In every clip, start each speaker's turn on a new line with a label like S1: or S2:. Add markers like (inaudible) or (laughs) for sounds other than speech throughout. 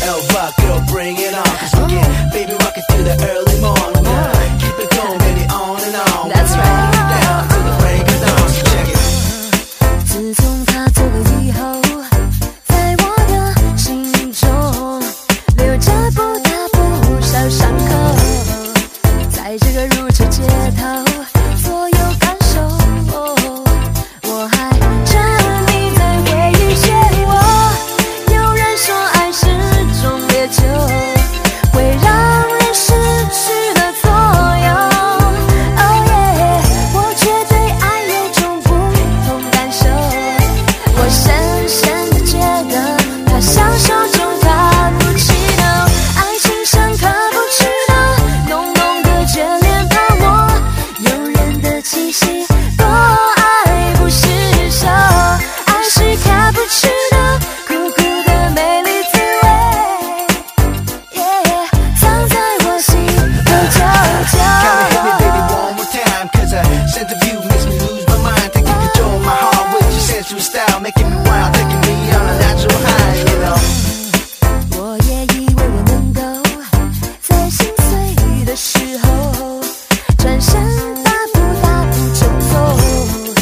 S1: L rock, girl, bring it on. Cause we can baby rock it through the early morning. Keep it going, baby, on and on.
S2: That's right.
S1: Down to the break of dawn. Check it.
S2: 自从他走了以后，在我的心中留着不大不小伤口，在这个如车街头，所有感受，哦我还沉溺在回忆漩涡。有人说爱是种烈酒，会让人失去了左右。Oh yeah，我却对爱有种不同感受。我深深的觉得，它像手中卡布奇诺，爱情像卡布奇诺，浓浓的眷恋泡沫，诱人的气息，多爱不释手。爱是卡布奇诺，苦苦的美丽滋味，藏在我心头久久。
S1: Kinda hit me, baby, one more time. Cause her sense of you makes me lose my mind. Taking control of my heart with your sensual style. Making me wild, taking me on a natural high, you know.
S2: 我也以为我能够在心碎的时候转身，大步大步冲锋，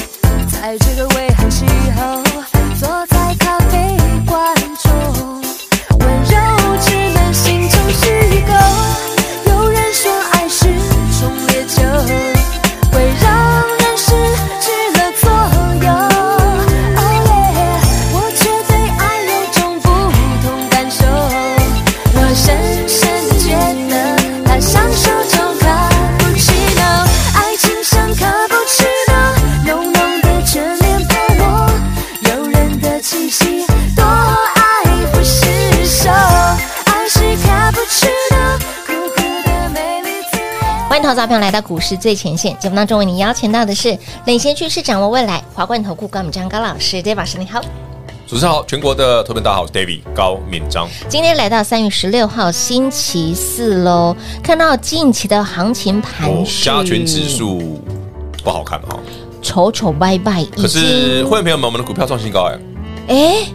S2: 在这个危寒气候，坐在咖啡馆中，温柔只能心中虚构。有人说爱是种烈酒，会让人失去了左右。Oh yeah，我却对爱有种不同感受。我深深的觉得，它像手中卡布奇诺，爱情像卡布奇诺，浓浓的眷恋泡沫，诱人的气息，多爱不释手。爱是卡布奇诺，苦苦的美丽滋味。
S3: 欢迎投资者朋友来到股市最前线节目当中，为您邀请到的是领先趋势、掌握未来华冠投顾高敏章高老师，David 老师你好。
S4: 主持人好，全国的投资人大家好，我是 David 高敏章。
S3: 今天来到三月十六号星期四喽，看到近期的行情盘势，
S4: 哦加权指数不好看哈、
S3: 丑丑歪歪，已
S4: 可是
S3: 经
S4: 会员朋友们，我们的股票创新高哎、
S3: 哎，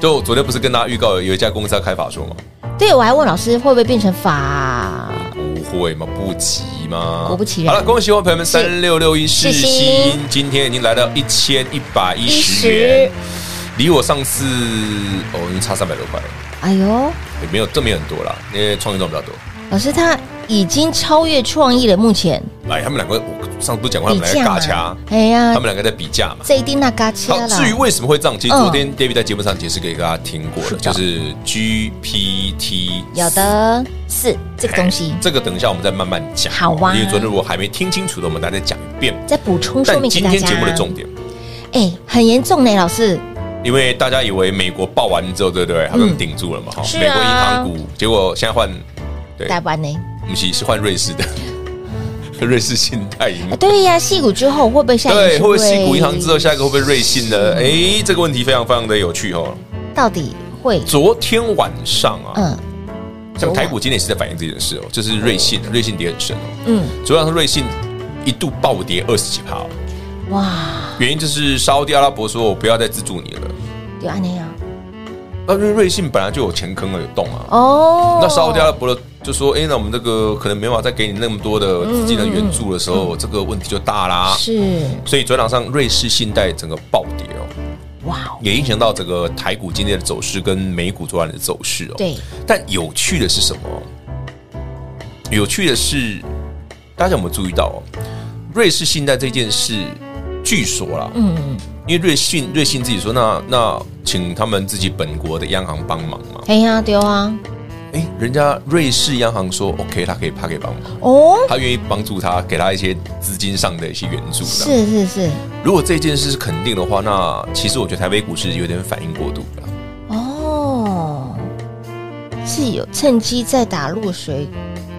S4: 就昨天不是跟大家预告有一家公司要开法说吗？
S3: 对我还问老师会不会变成法？
S4: 不会吗？不急吗？
S3: 果不啊其然
S4: 好了，恭喜我朋友们
S3: 是
S4: 三六六一世
S3: 世新
S4: 新，今天已经来到一千一百一十
S3: 10
S4: 元，离我上次哦，已经差三百多块了，
S3: 哎呦，
S4: 也没有，这没有很多啦，因为创业赚比较多。
S3: 老师他已经超越创意了，目前
S4: 来，他们两个，我上次不是讲过他
S3: 比
S4: 们两
S3: 价
S4: 个
S3: 嘛
S4: 尬掐，
S3: 哎呀
S4: 他们，两个在比价嘛。
S3: 这一定那嘎切
S4: 好，
S3: 了。
S4: 至于为什么会这样，其实
S3: 啊嗯
S4: 昨天 David 在节目上解释给大家听过了，
S3: 的
S4: 就是 GPT
S3: 有的是这个东西
S4: 哎，这个等一下我们再慢慢讲。
S3: 好啊
S4: 因为昨天如果还没听清楚的，我们大家讲一遍。
S3: 再补充说
S4: 但
S3: 明给
S4: 今
S3: 大
S4: 天
S3: 家。
S4: 节目的重点，
S3: 哎，很严重呢，老师，
S4: 因为大家以为美国爆完之后，对不对？他们顶住了嘛，哈、
S3: 是啊
S4: 美国银行股，结果现在换，对，
S3: 台湾呢？
S4: 不是是换瑞士的， (laughs) 瑞士信贷银
S3: 啊
S4: 行。
S3: 对呀，戏股之后会不会下一个
S4: 对，
S3: 是
S4: 会不会西股银行之后，下一个会不会瑞信呢？哎，这个问题非常非常的有趣哦。
S3: 到底会？
S4: 昨天晚上啊，
S3: 嗯
S4: 像台股今天也是在反映这件事哦，就是瑞信，瑞信跌很深哦。
S3: 嗯，
S4: 昨天晚上瑞信一度暴跌二十几趴、哦，
S3: 哇，
S4: 原因就是沙烏地阿拉伯说我不要再资助你了。
S3: 有安那啊样
S4: 那瑞瑞信本来就有钱坑了，有洞啊。
S3: 哦。
S4: 那沙烏地阿拉伯的就说，哎、那我们这个可能没办法再给你那么多的资金的援助的时候，这个问题就大啦。
S3: 嗯是
S4: 所以昨天晚上瑞士信贷整个暴跌哦，
S3: 哇哦，
S4: 也影响到整个台股今天的走势跟美股昨晚的走势哦。
S3: 对，
S4: 但有趣的是什么？有趣的是，大家有没有注意到哦？瑞士信贷这件事，据说啦，
S3: 嗯，
S4: 因为瑞信瑞信自己说，那那请他们自己本国的央行帮忙嘛。
S3: 哎呀，对啊，
S4: 哎，人家瑞士央行说 OK，他可以，他可以帮
S3: (laughs)
S4: 忙，
S3: 哦，
S4: 他愿意帮助他，给他一些资金上的一些援助。这
S3: 是
S4: 样，
S3: 是是，
S4: 如果这件事是肯定的话，那其实我觉得台北股市有点反应过度了。
S3: 哦，次有趁机再打落水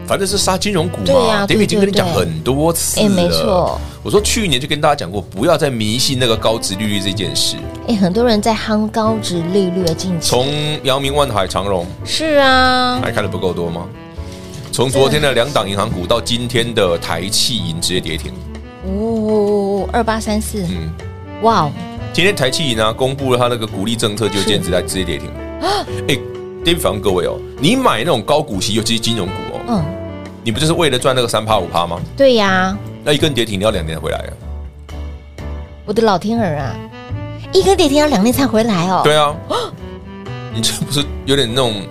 S4: 反正是杀金融股嘛。
S3: 对啊
S4: David
S3: 对
S4: 已经跟你
S3: 对
S4: 讲
S3: 对
S4: 很多次了，
S3: 哎没错。
S4: 我说去年就跟大家讲过，不要再迷信那个高值利率这件事。
S3: 哎、很多人在夯高值利率的进程。
S4: 从阳明、万海、长荣
S3: 是啊，
S4: 还看的不够多吗？从昨天的两档银行股到今天的台气银直接跌停。
S3: 哦，二八三四，
S4: 嗯，
S3: 哇哦，
S4: 今天台气银啊公布了它那个鼓励政策，就见直在直接跌停。
S3: 啊
S4: 哎、d a v i d 反问各位哦，你买那种高股息，尤其是金融股哦，
S3: 嗯，
S4: 你不就是为了赚那个三趴五趴吗？
S3: 对呀、
S4: 那一根跌停你要两年回来啊？
S3: 我的老天儿啊，一根跌停要两年才回来哦。
S4: 对啊，你这不是有点那种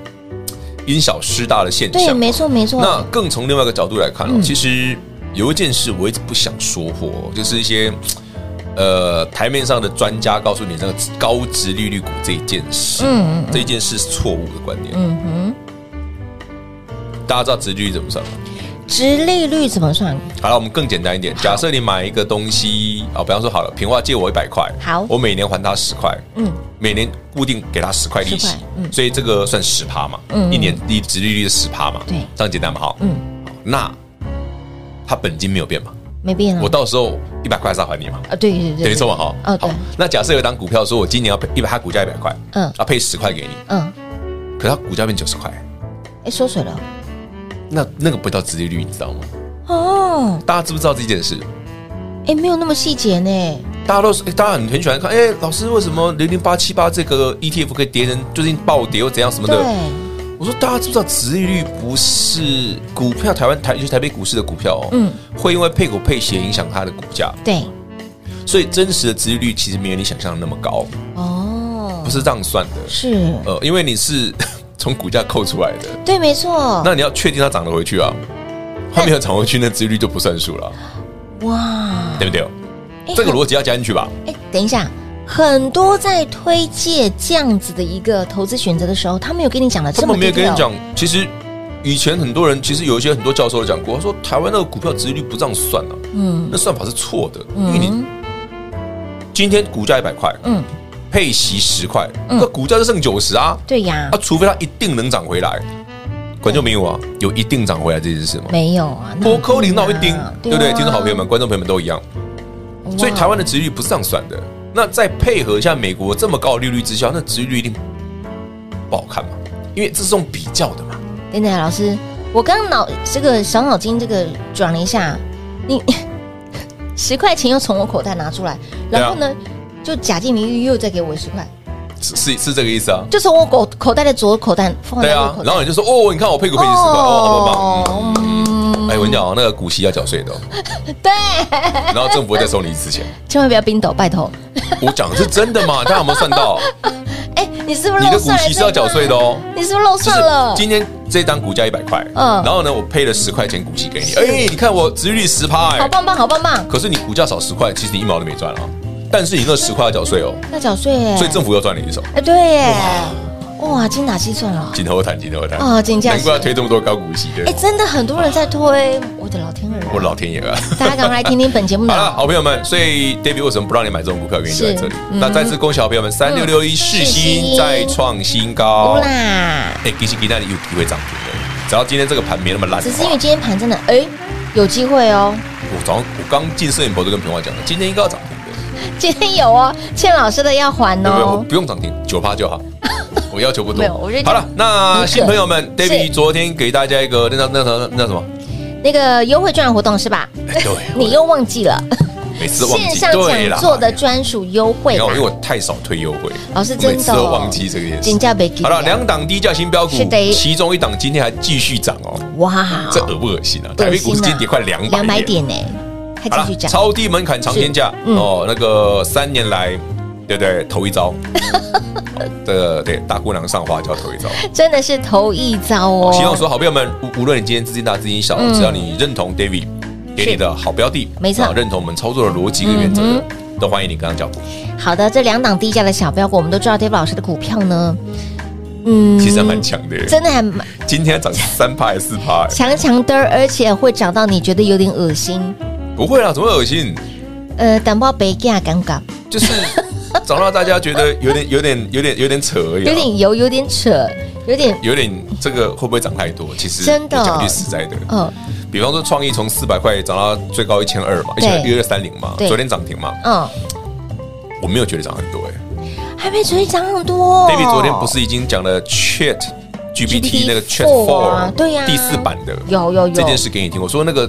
S4: 因小失大的现象
S3: 对，
S4: 吗？
S3: 没错没错。
S4: 那更从另外一个角度来看哦，
S3: 嗯
S4: 其实有一件事我一直不想说破哦，就是一些呃台面上的专家告诉你那个高值利率股这一件事，
S3: 嗯嗯
S4: 这一件事是错误的观点。
S3: 嗯哼，
S4: 大家知道值利率怎么算吗？
S3: 值利率怎么算？
S4: 好了，我们更简单一点，假设你买一个东西啊，比方说好了，平话借我一百块，
S3: 好
S4: 我每年还他十块，
S3: 嗯，
S4: 每年固定给他十块利
S3: 10
S4: 息
S3: 块，嗯
S4: 所以这个算十趴嘛，
S3: 嗯嗯
S4: 一年利值利率是十趴嘛，
S3: 对
S4: 这样简单嘛，好，
S3: 嗯，
S4: 那他本金没有变嘛，
S3: 没变啊。
S4: 我到时候一百块再还你嘛，
S3: 啊，对对对对，
S4: 等于说嘛，哈，
S3: 哦对
S4: 好，那假设有一档股票说我今年要配一百，它股价一百块，
S3: 嗯
S4: 它配十块给你，
S3: 嗯，
S4: 可它股价变九十块，
S3: 哎，缩水了。
S4: 那那个不叫值利率，你知道吗？
S3: 哦，
S4: 大家知不知道这件事？
S3: 哎，没有那么细节呢。
S4: 大家都是、诶大家很很喜欢看，哎、老师为什么零零八七八这个 ETF 可以跌成最近暴跌又怎样什么
S3: 对，
S4: 的？我说大家知不知道，殖利率不是股票台湾台就是台北股市的股票哦，
S3: 嗯，
S4: 会因为配股配息影响它的股价，
S3: 对，
S4: 所以真实的殖利率其实没有你想象的那么高，
S3: 哦，
S4: 不是这样算的，
S3: 是，
S4: 呃，因为你是 (laughs) 从股价扣出来的，
S3: 对，没错。
S4: 那你要确定它涨得回去啊，它没有涨回去，那殖利率就不算数了，
S3: 哇，
S4: 对不对？
S3: 哎
S4: 这个逻辑要加进去吧？
S3: 哎，等一下，很多在推介这样子的一个投资选择的时候，他没有跟你讲的
S4: 他
S3: 这么
S4: 们没有
S3: detail
S4: 跟你，讲，其实以前很多人，其实有一些很多教授都讲过，他说台湾那个股票殖利率不这样算啊，
S3: 嗯
S4: 那算法是错的，因为你
S3: 嗯
S4: 今天股价一百块，
S3: 嗯，
S4: 配息十块，
S3: 嗯
S4: 那股价就剩九十啊，
S3: 对呀
S4: 啊，，除非它一定能涨回来，观众朋友啊，有一定涨回来这件事吗？
S3: 没有啊，那
S4: 波扣零到一
S3: 很
S4: 丁
S3: 难啊，
S4: 对不对？听众好朋友，
S3: 啊
S4: 们、观众朋友们都一样，所以
S3: 哇
S4: 台湾的殖利率不是这样算的。那再配合一下美国这么高的利率之下，那殖利率一定不好看嘛，因为这是用比较的嘛。
S3: 等等，老师，我刚脑这个小脑筋这个转了一下，你 (laughs) 十块钱又从我口袋拿出来，
S4: 对啊
S3: 然后呢，就假借名义又再给我十块，
S4: 是是是这个意思啊。
S3: 就从我口口袋的左口袋放
S4: 对
S3: 在右
S4: 啊
S3: 口，袋。
S4: 然后你就说哦，你看我配股配息十块，哦，好棒。
S3: 嗯
S4: 哎，我跟你讲哦，那个股息要缴税的哦，
S3: (laughs) 对，
S4: 然后政府会再收你一
S3: (laughs)
S4: 次钱。
S3: 千万不要冰斗，拜托。
S4: 我讲的是真的嘛？大家有没有算到？
S3: 哎，你是不是
S4: 你
S3: 漏
S4: 的股
S3: 算了？
S4: 息是要缴税的哦。
S3: 你是不是漏
S4: 就是
S3: 算了？
S4: 今天这张股价一百块，
S3: 嗯
S4: 然后呢，我配了十块钱股息给你，哎，你看我殖利率十趴，
S3: 好
S4: 哎，
S3: 棒棒，好棒棒，
S4: 可是你股价少十块，其实你一毛都没赚啊。但是你那十块要缴税哦，
S3: 要缴税耶。
S4: 所以政府又赚了一手，
S3: 哎，对耶，哇，精打细算了。
S4: 锦头谈，锦头谈，
S3: 哦金价是
S4: 难怪要推这么多高股息，对
S3: 哎，，真的很多人在推，我的老天儿啊！
S4: 我老天爷啊！
S3: 大家赶快来听听本节目
S4: (laughs) 好了，
S3: 的
S4: 好朋友们，所以 David 为什么不让你买这种股票？原因就在这里
S3: 嗯是。嗯
S4: 那再次恭喜好朋友们，三六六一世
S3: 世
S4: 新
S3: 新
S4: 再创新高。哎，
S3: 啦。
S4: 其实今天有机会涨停的，只要今天这个盘没那么烂的
S3: 只是
S4: 话
S3: 因为。今天盘真的哎有机会哦， (laughs)
S4: 我早上我刚进摄影棚就跟平花讲了，今天应该要涨停的，
S3: 今天有哦，欠老师的要还
S4: 对不对？我
S3: 哦。
S4: 不用涨停，九趴
S3: (laughs)
S4: 就好。我要求不多
S3: 没有我是。
S4: 好了，那
S3: 你可
S4: 新朋友们
S3: 是
S4: ，David 昨天给大家一个那叫那叫那叫什
S3: (laughs)
S4: 么？
S3: 那个优惠券活动是吧？
S4: 哎对，
S3: 你又忘记了
S4: 每次都忘
S3: 线
S4: 记
S3: 上
S4: 对
S3: 讲
S4: 啦。
S3: 座的专属优惠
S4: 你看
S3: 啦
S4: 我，因为我太少推优惠，
S3: 老师
S4: 我
S3: 真
S4: 每次
S3: 的
S4: 都
S3: 哦
S4: 忘记这个件事
S3: 金。价被给啊
S4: 好了，两档低价新标股
S3: 是的，
S4: 其中一档今天还继续涨哦，
S3: 哇，
S4: 这恶不恶心啊？台北股市今天跌快两
S3: 啊两
S4: 百
S3: 百
S4: 点，
S3: 点呢，还继
S4: 好了
S3: 续，涨，
S4: 超低门槛长天价
S3: 嗯
S4: 哦，那个三年来，对不对？头一招， (laughs) 这个对大姑娘上花轿头一招。
S3: 真的是头一遭哦。
S4: 希望所有好朋友们，无无论你今天资金大资金小，
S3: 嗯
S4: 只要你认同 David 给你的好标的，
S3: 没错
S4: 啊认同我们操作的逻辑跟原则
S3: 嗯
S4: 的，都欢迎你跟上脚步。
S3: 好的，这两档低价的小标股，我们都知道 Dave 老师的股票呢，嗯，
S4: 其实还蛮强的耶，
S3: 真的还蛮
S4: 今天还涨三趴还是四趴耶？
S3: 强强的，而且会涨到你觉得有点恶心，
S4: 不会啦，怎么会恶心？
S3: 呃，感冒被架尴尬，
S4: 就是涨到大家觉得有点、有点、有点、有点扯而已啊、
S3: 有点油，有点扯，有点
S4: 有点这个会不会涨太多？其实
S3: 真的
S4: 我讲句实在的，
S3: 嗯
S4: 比方说创意从四百块涨到最高一千二嘛，一
S3: 对
S4: 千一二三零嘛，
S3: 对
S4: 昨天涨停嘛，
S3: 嗯，
S4: 我没有觉得涨很多哎、
S3: 还没昨天涨很多、哦。
S4: David 昨天不是已经讲了 Chat GPT 那个 Chat
S3: GPT4 啊
S4: Four
S3: 对呀
S4: 第四版的
S3: 有有有
S4: 这件事给你听，我说那个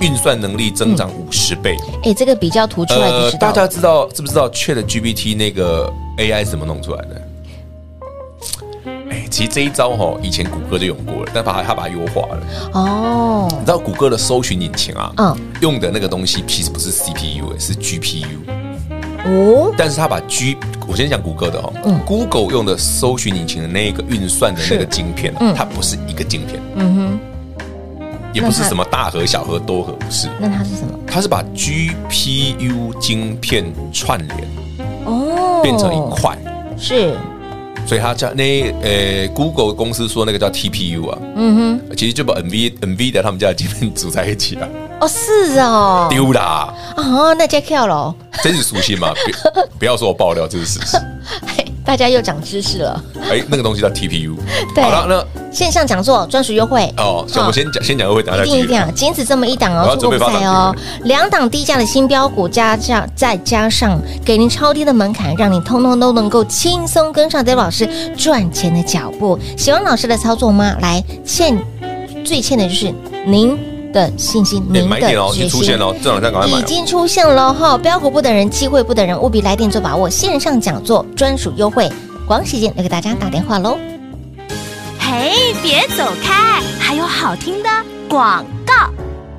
S4: 运算能力增
S3: 嗯
S4: 长五十倍。
S3: 哎，这个比较图出来就知道
S4: 呃大
S3: 了，
S4: 家知道知不知道 Chat GPT 那个 AI 是怎么弄出来的？哎，其实这一招哈，以前谷歌就用过了，但把它它把它优化了。
S3: 哦，
S4: 你知道谷歌的搜寻引擎啊，
S3: 嗯
S4: 用的那个东西其实不是 CPU，是 GPU。
S3: 哦，
S4: 但是他把 G，我先讲谷歌的哦、
S3: 嗯
S4: g o o g l e 用的搜寻引擎的那个运算的那
S3: 是
S4: 个晶片、啊
S3: 嗯
S4: 它不是一个晶片，
S3: 嗯哼，
S4: 也不
S3: 那
S4: 是
S3: 它
S4: 什么大核、小核、多核，不是，
S3: 那它是什么？
S4: 它是把 GPU 晶片串联
S3: 哦，
S4: 变成一块，
S3: 是，
S4: 所以它叫那呃，Google 公司说那个叫 TPU 啊，
S3: 嗯
S4: 其实就把 NV NV 的他们家的晶片组在一起啊，
S3: 哼，哦，是哦，
S4: 丢啦，
S3: 啊，那 Jack 跳楼，
S4: 真是熟悉嘛，别不要说我爆料，这是事实。
S3: 嘿大家又长知识了。
S4: 哎，那个东西叫 TPU。
S3: 对
S4: 好了，
S3: 线上讲座专属优惠
S4: 那哦，所以我先讲，先讲会答
S3: 一
S4: 再哎
S3: 定一
S4: 举
S3: 定
S4: 例。
S3: 啊！仅此这么一档
S4: 我
S3: 哦，
S4: 要
S3: 错过不
S4: 准备
S3: 再
S4: 发
S3: 哦
S4: 档。
S3: 两档低价的新标股，加上再加上给您超低的门槛，让你通通都能够轻松跟上 David 老师赚钱的脚步。喜欢老师的操作吗？来，欠最欠的就是您的信心，
S4: 哎
S3: 您
S4: 买
S3: 的
S4: 点哦，已
S3: 决
S4: 经出
S3: 心
S4: 现。了，这两天赶快买
S3: 已
S4: 哦。
S3: 经出现了哈，标股不等人，机会不等人，务必来电做把握。线上讲座专属优惠，广喜间来给大家打电话喽。
S5: 嘿，别走开，还有好听的广告。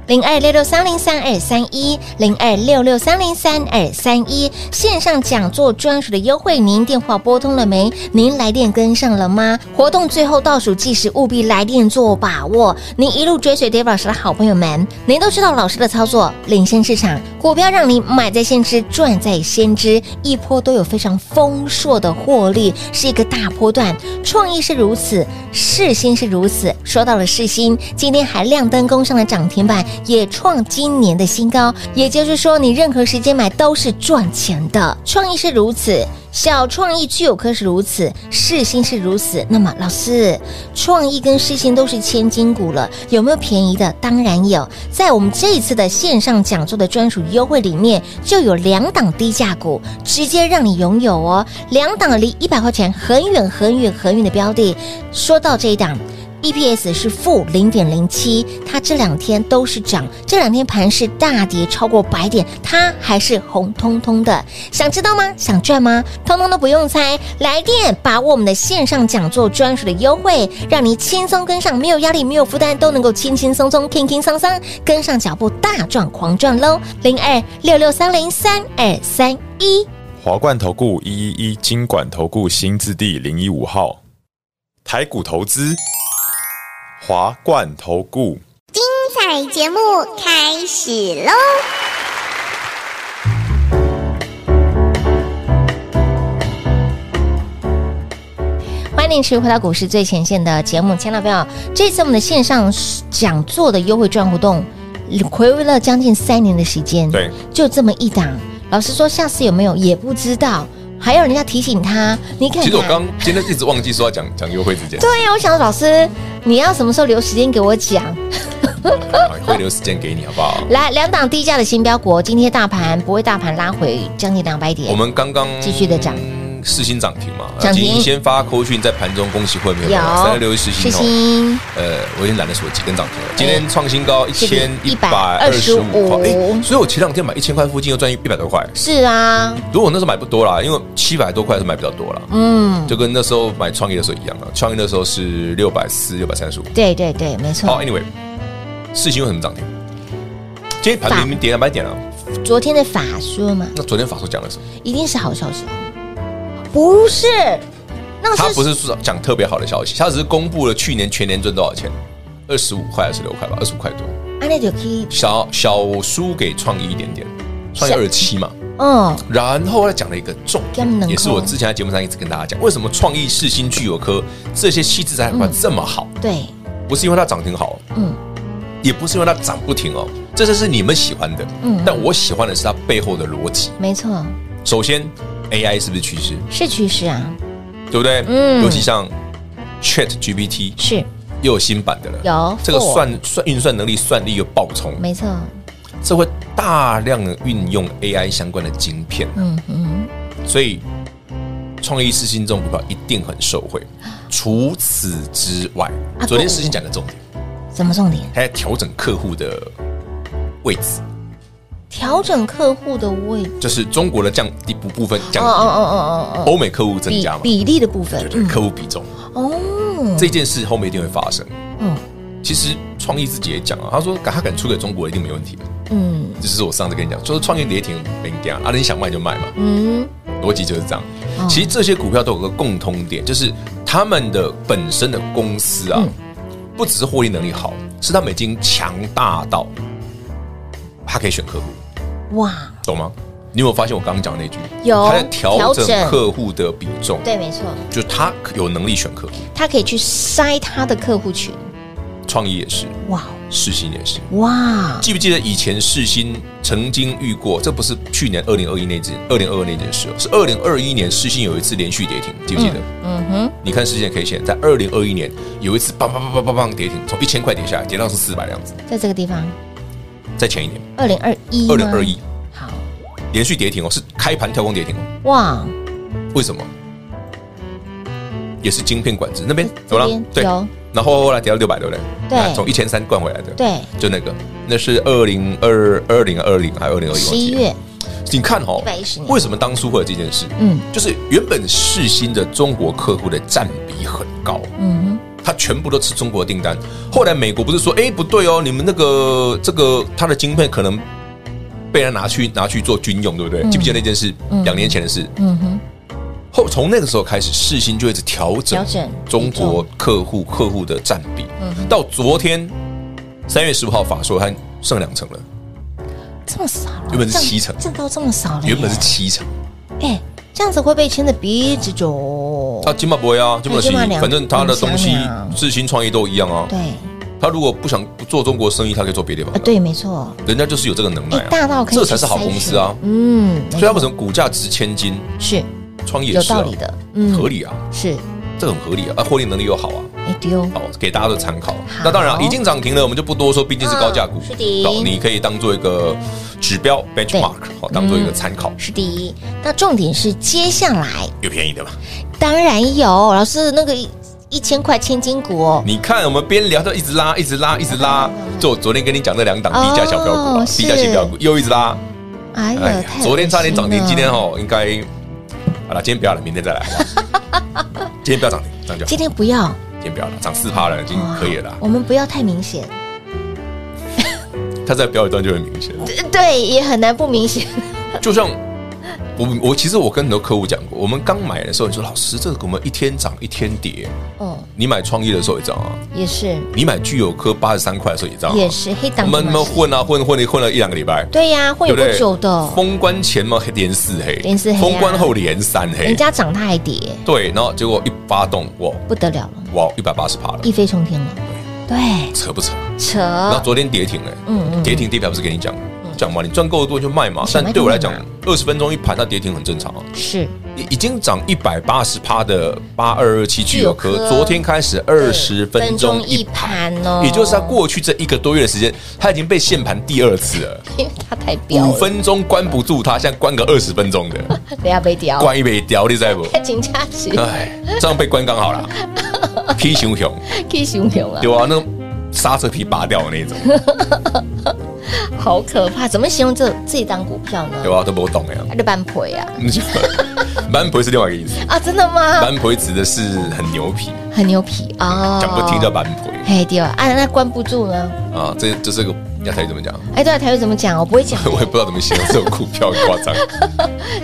S3: 零二六六三零三二三一，零二六六三零三二三一，线上讲座专属的优惠，您电话拨通了没？您来电跟上了吗？活动最后倒数计时，务必来电做把握。您一路追随 Dave 老师的好朋友们，您都知道老师的操作，领先市场，股票让您买在先知，赚在先知，一波都有非常丰硕的获利，是一个大波段。创意是如此，世新是如此。说到了世新，今天还亮灯攻上了涨停板，也创今年的新高。也就是说，你任何时间买都是赚钱的。创意是如此，小创意具有科是如此，世新是如此。那么，老师，创意跟世新都是千金股了，有没有便宜的？当然有，在我们这一次的线上讲座的专属优惠里面，就有两档低价股，直接让你拥有哦。两档离一百块钱很远很远很远的标的。说到这一档。EPS ，E 是负零点零七，它这两天都是涨，这两天盘是大跌超过百点，它还是红彤彤的。想知道吗？想赚吗？通通都不用猜，来电把握我们的线上讲座专属的优惠，让你轻松跟上，没有压力，没有负担，都能够轻轻松松、轻轻桑桑跟上脚步，大赚狂赚喽！零二六六三零三二三一。
S6: 华冠投顾一一一金管投顾新字第零一五号，台股投资，华冠投顾。
S7: 彩节目开始喽！
S3: 欢迎持续回到股市最前线的节目，千万不要！这次我们的线上讲座的优惠券活动，回味了将近三年的时间，
S6: 对，
S3: 就这么一档。老师说下次有没有也不知道，还有人家提醒他，你看看。
S4: 其实我刚今天一直忘记说要讲讲优惠这件事，
S3: 对呀，我想老师，你要什么时候留时间给我讲？
S4: 啊会留时间给你好不好？
S3: 来，两档低价的新标股，今天大盘不会大盘拉回将近两百点，
S4: 我们刚刚
S3: 继续地涨，
S4: 四星涨停嘛，呃
S3: 涨停
S4: 今天先发扣讯在盘中恭喜会没有？啊
S3: 有
S4: 三六一四
S3: 世
S4: 星哦，
S3: 新
S4: 呃，我已经懒得数几根涨停了，今天创新高一千一百二十五块，
S3: 125
S4: 哎所以我前两天买一千块附近又赚一百多块，
S3: 是啊，
S4: 如果我那时候买不多啦，因为七百多块是买比较多啦，
S3: 嗯，
S4: 就跟那时候买创业的时候一样啊，创业的时候是六百四、六百三十五。
S3: 对对对，没错。
S4: 好，Anyway，四星为什么涨停？今天盘明明跌两百点了、
S3: 昨天的法说嘛，
S4: 那昨天法叔讲了什么？
S3: 一定是好消息，不是？那
S4: 他不
S3: 是
S4: 是说讲特别好的消息，他只是公布了去年全年赚多少钱，二十五块、二十六块吧，二十五块多，
S3: 安内就可以，
S4: 小小输给创意一点点，创意
S3: 是
S4: 二十七嘛。
S3: 嗯，
S4: 然后他讲了一个重
S3: 这样能够
S4: 点，也是我之前在节目上一直跟大家讲，为什么创意、世新、聚友科这些细致产品这么好，
S3: 对，
S4: 不是因为它涨停好，哦
S3: 嗯，
S4: 也不是因为它涨不停哦，这就是你们喜欢的，
S3: 嗯
S4: 但我喜欢的是它背后的逻辑。
S3: 没错，
S4: 首先，AI 是不是趋势？
S3: 是趋势啊，
S4: 对不对？
S3: 嗯
S4: 尤其像 Chat GPT
S3: 是
S4: 又有新版的了，
S3: 有嗯
S4: 这个
S3: Four
S4: 算算运算能力、算力又爆冲，
S3: 没错，
S4: 这会大量的运用 AI 相关的晶片，
S3: 嗯嗯，
S4: 所以创意四星这种股票一定很受惠。除此之外
S3: 啊，
S4: 昨天
S3: 不
S4: 四星讲的重点，
S3: 什么重点？
S4: 还在调整客户的位置，
S3: 调整客户的位置，
S4: 就是中国的降低部部分降
S3: 哦哦
S4: 低，
S3: 哦哦哦哦，
S4: 欧美客户增
S3: 比
S4: 加嘛，
S3: 比嗯例的部分
S4: 对，对，客户比重
S3: 哦，
S4: 这件事后面一定会发生。
S3: 嗯
S4: 其实创意自己也讲啊，他说敢他敢出给中国一定没问题的，
S3: 嗯
S4: 这就是我上次跟你讲，就是创业也挺没讲啊，你想卖就卖嘛，
S3: 嗯，
S4: 逻辑就是这样。其实这些股票都有个共通点，就是他们的本身的公司
S3: 嗯
S4: 啊，不只是获利能力好，是他们已经强大到他可以选客户，
S3: 哇，
S4: 懂吗？你有没有发现我刚刚讲的那句？
S3: 有
S4: 他在调
S3: 调
S4: 整
S3: 整
S4: 客户的比重，
S3: 对，没错，
S4: 就他有能力选客户。
S3: 他可以去筛他的客户群，
S4: 创意也是，
S3: 哇
S4: 世新也是。
S3: 哇，
S4: 记不记得以前世新曾经遇过？这不是去年二零二一那件二零二二那件事哦，是二零二一年世新有一次连续跌停，记不记得？
S3: 嗯哼，
S4: 你看世界 K 线，在二零二一年有一次棒棒棒棒棒棒跌停，从一千块跌下来，跌到是四百的样子。
S3: 在这个地方，
S4: 在前一年，
S3: 二零二一，
S4: 二零二，一
S3: 好
S4: 连续跌停哦，是开盘跳空跌停哦。
S3: 哇，
S4: 为什么？也是晶片管制那边
S3: 这
S4: 有
S3: 边
S4: 了，对，
S3: 有
S4: 然后后来跌到六百对不对？
S3: 对
S4: 啊从一千三灌回来的，
S3: 对，
S4: 就那个，那是二零二二零二零还是二零二一？
S3: 十一月，
S4: 你看哦，
S3: 110年
S4: 为什么当初会有这件事？
S3: 嗯
S4: 就是原本世新的中国客户的占比很高，
S3: 嗯
S4: 他全部都吃中国订单。后来美国不是说，哎、不对哦，你们那个这个它的晶片可能被人拿去拿去做军用，对不对？记不记得那件事？两、年前的事。
S3: 嗯哼，
S4: 后从那个时候开始，世新就一直调
S3: 调
S4: 整
S3: 整
S4: 中国客户客户的占比，
S3: 嗯
S4: 到昨天三月十五号法说它剩两成了，
S3: 这么少了，
S4: 原本是
S3: 这样
S4: 七成
S3: 降到这么少了耶，
S4: 原本是七成。
S3: 哎，这样子会被牵着鼻子走
S4: 啊，，金马不会啊，金马西
S3: 金马，两
S4: 反正他的东西
S3: 两千啊
S4: 世新创业都一样啊。
S3: 对
S4: 他如果不想不做中国生意，他可以做别的地方
S3: 啊，
S4: 的。
S3: 对，没错，
S4: 人家就是有这个能耐
S3: 哎
S4: 啊，
S3: 大到可以
S4: 这才是好公司啊
S3: 去筛选。嗯，
S4: 所以它为什么股价值千金，
S3: 是
S4: 创业
S3: 有
S4: 也是啊
S3: 道理的，嗯，
S4: 合理啊，
S3: 是，
S4: 这很合理啊，啊，获利能力又好啊，
S3: 哎丢，
S4: 好，给大家做参考。那当然啊，已经涨停了，我们就不多说，毕竟是高价股，
S3: 嗯是的
S4: 好你可以当做一个指标 benchmark，好，当做一
S3: 嗯
S4: 个参考，
S3: 是第一，那重点是接下来
S4: 有便宜的嘛。
S3: 当然有，老师那个一一千块千金股哦，
S4: 你看，我们边聊到一直拉，一直拉，一直拉，就我昨天跟你讲那两档低价小标股啊
S3: 哦，
S4: 低价
S3: 是
S4: 新标股又一直拉，
S3: 哎
S4: 哎
S3: 呀
S4: 呀，
S3: 太，
S4: 昨天差点涨停，
S3: 恶
S4: 今
S3: 心了
S4: 天哦应该好了，今天不要了，明天再来。好不
S3: (laughs)
S4: 好今天不要涨停，这样就好
S3: 今天哦不要，
S4: 今天不要了，涨四趴了，已经可以了啦
S3: 哇。我们不要太明显，
S4: 它在表演端就很明显，
S3: 呃对，也很难不明显， (laughs)
S4: 就像我我其实我跟很多客户讲过，我们刚买的时候，你说老师这个我们一天涨一天跌，
S3: 哦，
S4: 你买创意的时候也涨啊，
S3: 也是，
S4: 你买具有科八十三块的时候也涨啊，
S3: 也是黑
S4: 我
S3: 档
S4: 们
S3: 的
S4: 我
S3: 嘛
S4: 们
S3: 是
S4: 混啊混混了混了一两个礼拜，
S3: 对呀，会有
S4: 对不
S3: 不
S4: 对？
S3: 久的，
S4: 封关前嘛连四黑，
S3: 连四黑啊
S4: 封关后连三黑
S3: 人，家涨它还跌，
S4: 对，然后结果一发动，哇
S3: 不得了了，
S4: 哇，一百八十趴了，
S3: 一飞冲天了，对，
S4: 扯不扯？
S3: 扯，
S4: 然后昨天跌停了，
S3: 嗯嗯
S4: 跌停地表不是跟你讲讲嘛，你赚够多就卖嘛。
S3: 想卖
S4: 但对我来讲
S3: 就卖嘛，
S4: 二十分钟一盘，它跌停很正常啊。
S3: 是
S4: 已已经涨一百八十趴的八二二七
S3: 聚
S4: 聚
S3: 友
S4: 友
S3: 科
S4: 科，昨天开始二十分钟一盘，
S3: 盘哦，
S4: 也就是它过去这一个多月的时间，它已经被限盘第二次
S3: (laughs)
S4: 了。
S3: 因为它太彪
S4: 五
S3: 了，
S4: 分钟关不住它，现在关个二十分钟的，
S3: (laughs) 不要被屌，
S4: 关一杯屌，你
S3: (laughs)
S4: 知道不？
S3: 看金价值
S4: 哎，这样被关刚
S3: (laughs)
S4: 好啦，劈熊熊，
S3: K 熊熊啊，
S4: 对啊，那种刹车皮拔掉的
S3: (laughs)
S4: 那种，
S3: 好可怕！怎么形容这这档股票呢？
S4: 对啊，都不懂 (laughs) 哎呀。
S3: 它的半赔啊！
S4: 蛮不会是另外一个意思，
S3: 啊，真的吗？
S4: 蛮不会指的是很牛皮，
S3: 很牛皮啊！
S4: 讲不听叫。蛮不会
S3: 嘿，对啊，那关不住呢？
S4: 啊，这这是个要台语怎么讲？，
S3: 哎，对啊，台语怎么讲？我不会讲
S4: (laughs) 我也不知道怎么形容这种股票很夸
S3: (laughs)
S4: 张。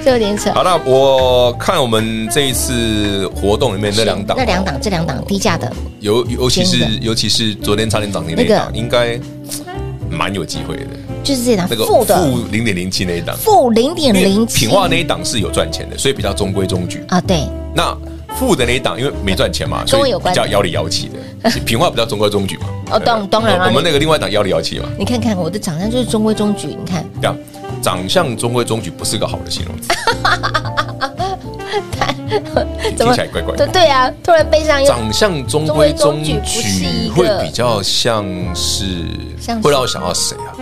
S3: 这有点扯。
S4: 好，那我看我们这一次活动里面那两档，哦
S3: 那两档，这两档低价的，
S4: 尤尤其
S3: 便
S4: 是
S3: 宜
S4: 尤其是昨天差点涨停那一
S3: 那
S4: 档，
S3: 个
S4: 应该蛮有机会的。
S3: 就是这档
S4: 那个
S3: 负的
S4: 负零点零七那一档，
S3: 负零点
S4: 因为
S3: 零七
S4: 品化那一档是有赚钱的，所以比较中规中矩。
S3: 啊，对，
S4: 那负的那一档，因为没赚钱嘛，
S3: 跟我
S4: 所以
S3: 有
S4: 比
S3: 关
S4: 较摇里摇气
S3: (laughs)
S4: 的。平话比较中规中矩嘛。啊
S3: 哦当当然啦
S4: 我们那个另外一档摇里摇气嘛，
S3: 你看看我的长相就是中规中矩，你看 (laughs)
S4: 这样长相中规中矩不是个好的形容词。听起来怪怪
S3: 对
S4: 的。
S3: 对啊，突然悲伤又
S4: 长相中规中
S3: 中规中矩不是一
S4: 矩，
S3: 个
S4: 会比较像是
S3: 像是
S4: 会让我想到谁啊？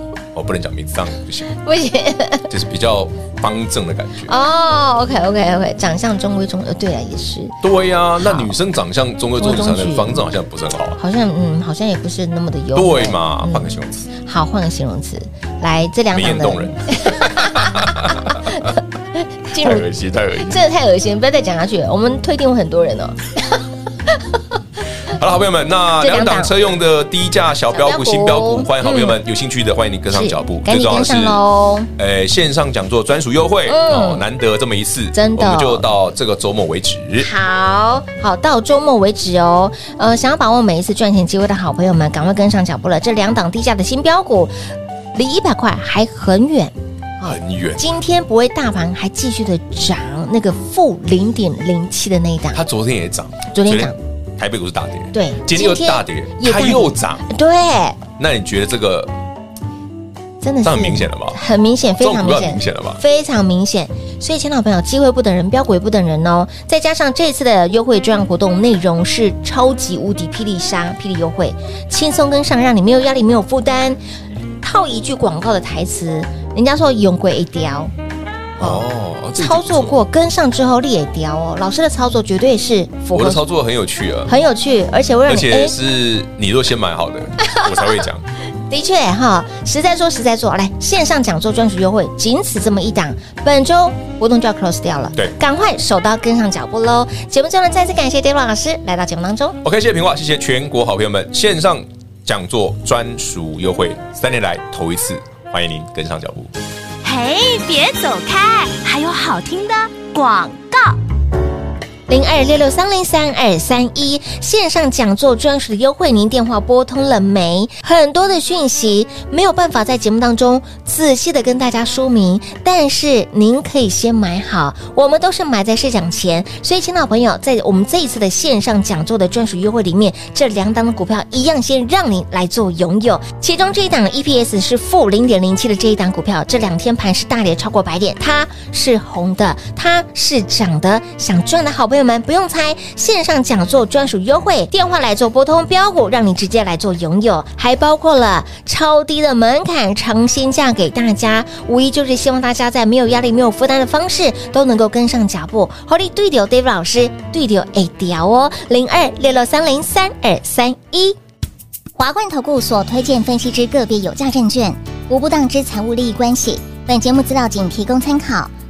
S4: (laughs) 我不能讲名字，这样不行，
S3: 不行 (laughs)
S4: 就是比较方正的感觉。
S3: 哦。OK OK OK，长相中规中，呃，对啊，也是，
S4: 对呀、那女生长相中规中矩，
S3: 中
S4: 才
S3: 规中
S4: 能
S3: 矩
S4: 方正，好像不是很好啊。
S3: 好像嗯，好像也不是那么的优美嗯
S4: 对嘛，换个形容词，
S3: 好，换个形容词，来这两
S4: 明
S3: 档
S4: 艳
S3: 的
S4: 动人，
S3: 进
S6: 太
S3: 入
S6: 恶心，太恶心。
S3: 真的太恶心，不要再讲下去了。我们推定了很多人哦。
S4: 好了，好朋友们，那
S3: 这两
S4: 两档
S3: 档
S4: 车用的低价小标股、
S3: 小标股
S4: 新标股，欢迎好朋友们有兴趣的，欢迎你跟
S3: 嗯
S4: 上
S3: 是
S4: 脚步。
S3: 赶紧跟上喽！
S4: 呃，线上讲座专属优惠
S3: 嗯
S4: 哦，难得这么一次，
S3: 真的
S4: 我们就到这个周末为止。
S3: 好好到周末为止哦。呃，想要把握每一次赚钱机会的好朋友们，赶快跟上脚步了。这两档低价的新标股，离一百块还很远。
S4: 很远，
S3: 今天不会大盘还继续的涨，那个负零点零七的那一档，
S4: 它昨天也涨，
S3: 昨天涨，
S4: 台北股市大跌，
S3: 对，
S4: 今天又大跌，
S3: 也
S4: 它
S3: 大
S4: 又涨，
S3: 对，
S4: 那你觉得这个
S3: 真的是
S4: 这很明显了吧
S3: 很明显，非
S4: 这种
S3: 常
S4: 股
S3: 明
S4: 票
S3: 显，
S4: 明显了吧？
S3: 非常明显。所以，亲老朋友，机会不等人，标股也不等人哦。再加上这次的优惠专案活动内容是超级无敌霹雳杀、霹雳优惠，轻松跟上，让你没有压力、没有负担。套一句广告的台词，人家说“永贵一雕
S4: 哦”，，这
S3: 嗯
S4: 个
S3: 操作
S4: 不
S3: 过
S4: 错，
S3: 跟上之后立也雕哦。老师的操作绝对是符
S4: 我的
S3: 合，
S4: 操作很有趣啊，
S3: 很有趣，而且会让
S4: 而
S3: 你
S4: 且是你若先买好的， (laughs) 我才会讲。
S3: 的确哈，实在说实在做，来线上讲座专属优惠，仅此这么一档，本周活动就要 close 掉了，
S4: 对
S3: 赶快手刀跟上脚步喽！节目最后呢，再次感谢 David 老师来到节目当中，
S4: OK，谢谢平话，谢谢全国好朋友们，线上讲座专属优惠，三年来头一次，欢迎您跟上脚步。
S5: 嘿，别走开，还有好听的广告。
S3: 零二六六三零三二三一线上讲座专属的优惠，您电话拨通了没？很多的讯息没有办法在节目当中仔细的跟大家说明，但是您可以先买好，我们都是买在市场前，所以请老朋友在我们这一次的线上讲座的专属优惠里面，这两档的股票一样先让您来做拥有，其中这一档 EPS 是负零点零七的这一档股票，这两天盘是大跌超过百点，它是红的，它是涨的，想赚的好朋友们不用猜，线上讲座专属优惠，电话来做拨通标股，让你直接来做拥有，还包括了超低的门槛，尝鲜价给大家，无疑就是希望大家在没有压力、没有负担的方式，都能够跟上脚步。好的，对流 Dave 老师，对流 A 屌哦，零二六六三零三二三一。
S7: 华冠投顾所推荐分析之个别有价证券，无不当之财务利益关系。本节目资料仅提供参考，